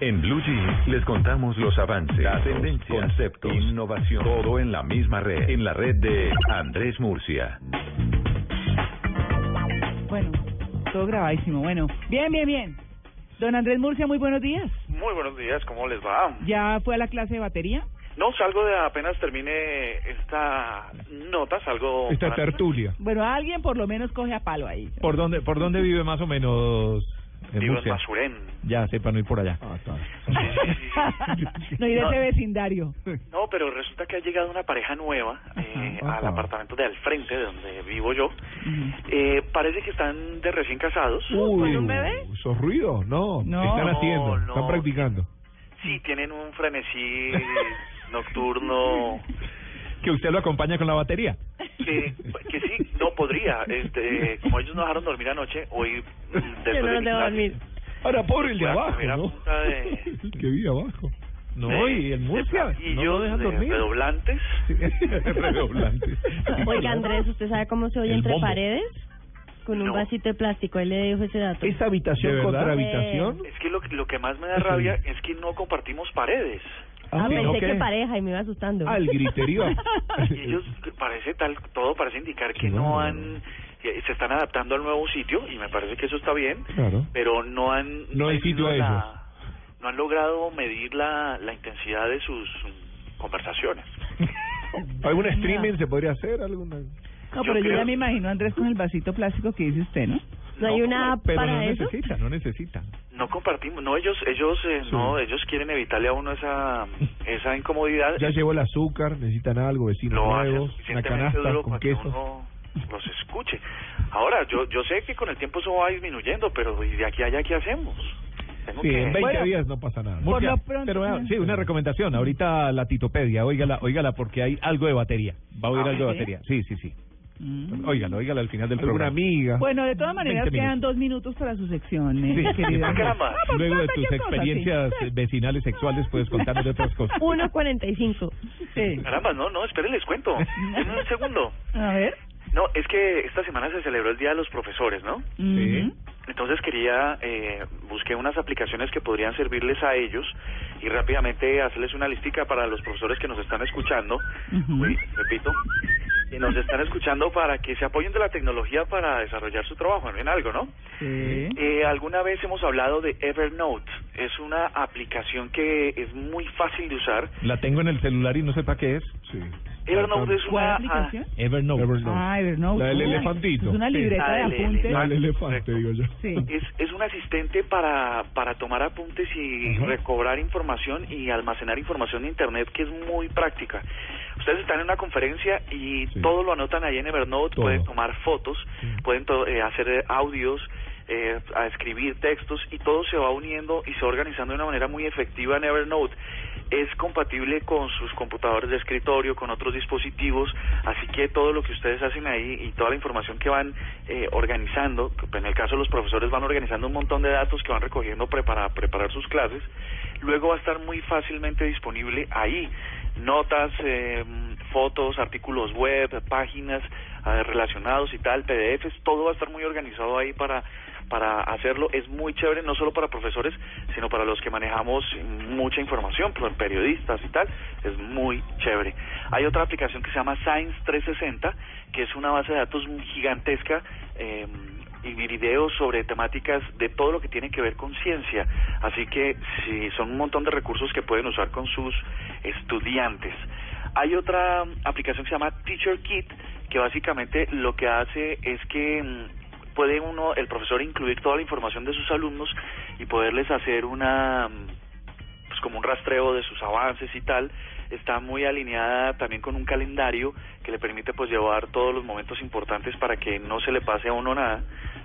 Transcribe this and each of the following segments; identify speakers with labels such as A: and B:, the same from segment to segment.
A: En Blue Jeans les contamos los avances, las tendencias, conceptos, innovación, todo en la misma red, en la red de Andrés Murcia.
B: Bueno, todo grabadísimo. Bueno, bien, bien, bien. Don Andrés Murcia, muy buenos días.
C: Muy buenos días, ¿cómo les va?
B: ¿Ya fue a la clase de batería?
C: No, salgo de apenas termine esta nota, salgo...
D: Esta
C: para-
D: tertulia.
B: Bueno, alguien por lo menos coge a palo ahí.
D: ¿Por dónde, por dónde vive más o menos en
C: Digo, en
D: Murcia?
C: Masurén.
D: Ya, sepa no ir por allá.
B: no ir a
C: No.
B: ese vecindario.
C: No, pero resulta que ha llegado una pareja nueva eh,
D: Ajá.
C: al apartamento de al frente, de donde vivo yo. Eh, parece que están de recién casados.
D: Uy,
B: un bebé?
D: esos ruidos, no,
B: No.
D: están
B: No,
D: haciendo,
C: no.
D: están practicando.
C: Sí, tienen un frenesí Eh, nocturno
D: Que usted lo acompaña con la batería.
C: que, que sí, no pues, podría. Este, como ellos no dejaron dormir anoche, hoy... mm, después de mi clase-
D: Ahora, pobre el de
C: Voy a
D: abajo,
C: comer a
D: ¿no?
C: punta de-
D: El que vive abajo. No,
C: de-
D: y el
C: de
D: Murcia, no
C: platillos,
D: lo dejan
C: de
D: dormir.
C: redoblantes.
D: Sí, redoblante.
E: Oiga, Andrés, ¿usted sabe cómo se oye
D: El
E: entre
D: bombo.
E: paredes? Con un
C: No.
E: vasito de plástico, él le dijo ese dato.
F: Esa
D: ¿De
F: habitación
D: verdad?
F: contra habitación.
C: Es que lo, que- lo que más me da rabia es que no compartimos paredes.
E: Ah,
D: sí,
E: pensé
D: ¿no qué?
E: que pareja y me iba asustando.
D: Ah, el griterío.
C: Y ellos parece tal, todo parece indicar que
D: Sí,
C: no
D: bueno.
C: han, que se están adaptando al nuevo sitio y me parece que eso está bien,
D: Claro.
C: pero no han,
D: No hay
C: han
D: sitio a
C: la-
D: ellos.
C: no han logrado medir la, la intensidad de sus mm, conversaciones.
D: ¿Algún streaming se podría hacer? ¿Alguna?
B: No,
C: Yo
B: pero yo
C: creo-
B: ya me imagino a Andrés con el vasito plástico que dice usted, ¿no?
E: ¿No hay una app
D: Pero
E: Ah, para
D: no
E: eso?
D: necesita, no necesita.
C: No compartimos, no ellos, ellos, eh,
D: Sí.
C: no, ellos quieren evitarle a uno esa, esa incomodidad.
D: Ya llevó el azúcar, necesitan algo, vecinos
C: lo hacen
D: nuevos, una
C: suficientemente
D: canasta
C: duro
D: con
C: para que
D: queso.
C: uno los escuche. Ahora, yo yo sé que con el tiempo eso va disminuyendo, pero ¿y de aquí a allá qué hacemos? Tengo
D: Sí,
C: que...
D: en 20
B: Bueno,
D: días no pasa nada.
B: por lo pronto-
D: pero ah, sí, una recomendación. Ahorita la Titopedia, óigala, óigala porque hay algo de batería. Va a oír
C: Ah,
D: algo de
B: ¿sí?
D: batería. Sí, sí, sí.
B: Mm.
D: Óigala, óigala al final del
F: Alguna
D: programa.
F: amiga.
B: Bueno, de todas maneras
D: 20 minutos.
B: quedan dos minutos para su sección, eh,
D: Sí.
B: querido.
C: Ah, caramba.
B: Ah, pues,
D: Luego de
B: cuenta
D: tus
B: qué cosa, sí.
D: experiencias
B: Sí.
D: vecinales sexuales puedes contarnos de otras cosas.
E: 1.45.
B: Sí.
C: Caramba, no, no, esperen, les cuento. Denme un segundo.
B: A ver.
C: No, es que esta semana se celebró el Día de los Profesores, ¿no?
B: Ujú.
C: Entonces quería, eh, busqué unas aplicaciones que podrían servirles a ellos y rápidamente hacerles una listica para los profesores que nos están escuchando.
B: Ujú.
C: Uy, repito, que nos están escuchando para que se apoyen de la tecnología para desarrollar su trabajo en algo, ¿no?
B: Sí.
C: Eh, alguna vez hemos hablado de Evernote. Es una aplicación que es muy fácil de usar.
D: La tengo en el celular y no sé para qué es.
F: Sí.
C: Evernote es
B: ¿Cuál
C: una ah,
B: aplicación?
D: Evernote.
F: Evernote.
B: Ah, Evernote.
F: La del
B: Uy,
F: elefantito.
B: Es una
F: Sí.
B: libreta
C: La
B: de
C: del
B: apuntes.
C: elefantito.
F: Al elefante, digo yo.
B: Sí.
C: Es, es un asistente para, para tomar apuntes y
F: Ajá.
C: recobrar información y almacenar información en Internet que es muy práctica. Ustedes están en una conferencia y
F: Sí.
C: todo lo anotan ahí en Evernote,
D: Todo.
C: pueden tomar fotos, pueden to- eh, hacer eh, audios, eh, a escribir textos y todo se va uniendo y se va organizando de una manera muy efectiva en Evernote. Es compatible con sus computadores de escritorio, con otros dispositivos, así que todo lo que ustedes hacen ahí y toda la información que van eh, organizando, que en el caso de los profesores van organizando un montón de datos que van recogiendo pre- para preparar sus clases, luego va a estar muy fácilmente disponible ahí. Notas, eh, fotos, artículos web, páginas eh, relacionados y tal, PDFs, todo va a estar muy organizado ahí para para hacerlo es muy chévere no solo para profesores sino para los que manejamos mucha información para periodistas y tal es muy chévere hay otra aplicación que se llama Science 360 que es una base de datos gigantesca eh, y videos sobre temáticas de todo lo que tiene que ver con ciencia así que sí, son un montón de recursos que pueden usar con sus estudiantes hay otra mm, aplicación que se llama Teacher Kit que básicamente lo que hace es que mm, puede uno, el profesor, incluir toda la información de sus alumnos y poderles hacer una, mm, pues como un rastreo de sus avances y tal. Está muy alineada también con un calendario que le permite pues llevar todos los momentos importantes para que no se le pase a uno nada,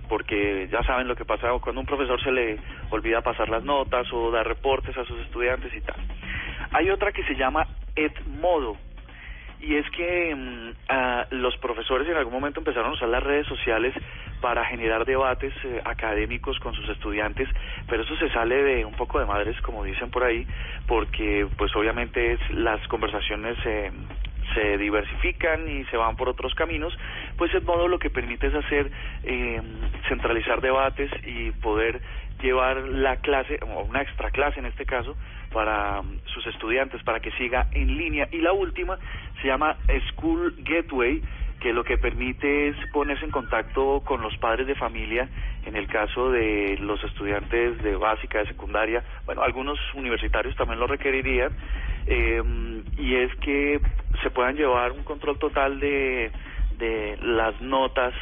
C: porque ya saben lo que pasa cuando a un profesor se le olvida pasar las notas o dar reportes a sus estudiantes y tal. Hay otra que se llama Edmodo, y es que mm, ah, los profesores en algún momento empezaron a usar las redes sociales para generar debates eh, académicos con sus estudiantes, pero eso se sale de un poco de madres, como dicen por ahí, porque pues obviamente es- las conversaciones eh, se diversifican y se van por otros caminos, pues el modo lo que permite es hacer, eh, centralizar debates y poder llevar la clase, o una extra clase en este caso, para mm, sus estudiantes, para que siga en línea. Y la última se llama School Gateway, que lo que permite es ponerse en contacto con los padres de familia en el caso de los estudiantes de básica, de secundaria, bueno, algunos universitarios también lo requerirían, eh, y es que se puedan llevar un control total de, de las notas,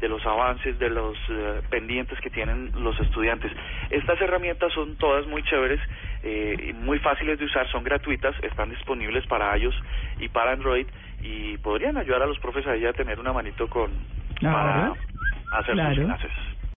C: de los avances, de los eh, pendientes que tienen los estudiantes. Estas herramientas son todas muy chéveres, eh, y muy fáciles de usar, son gratuitas, están disponibles para iOS y para Android y podrían ayudar a los profes ahí a tener una manito con
B: Claro.
C: para hacer sus
B: Claro.
C: clases.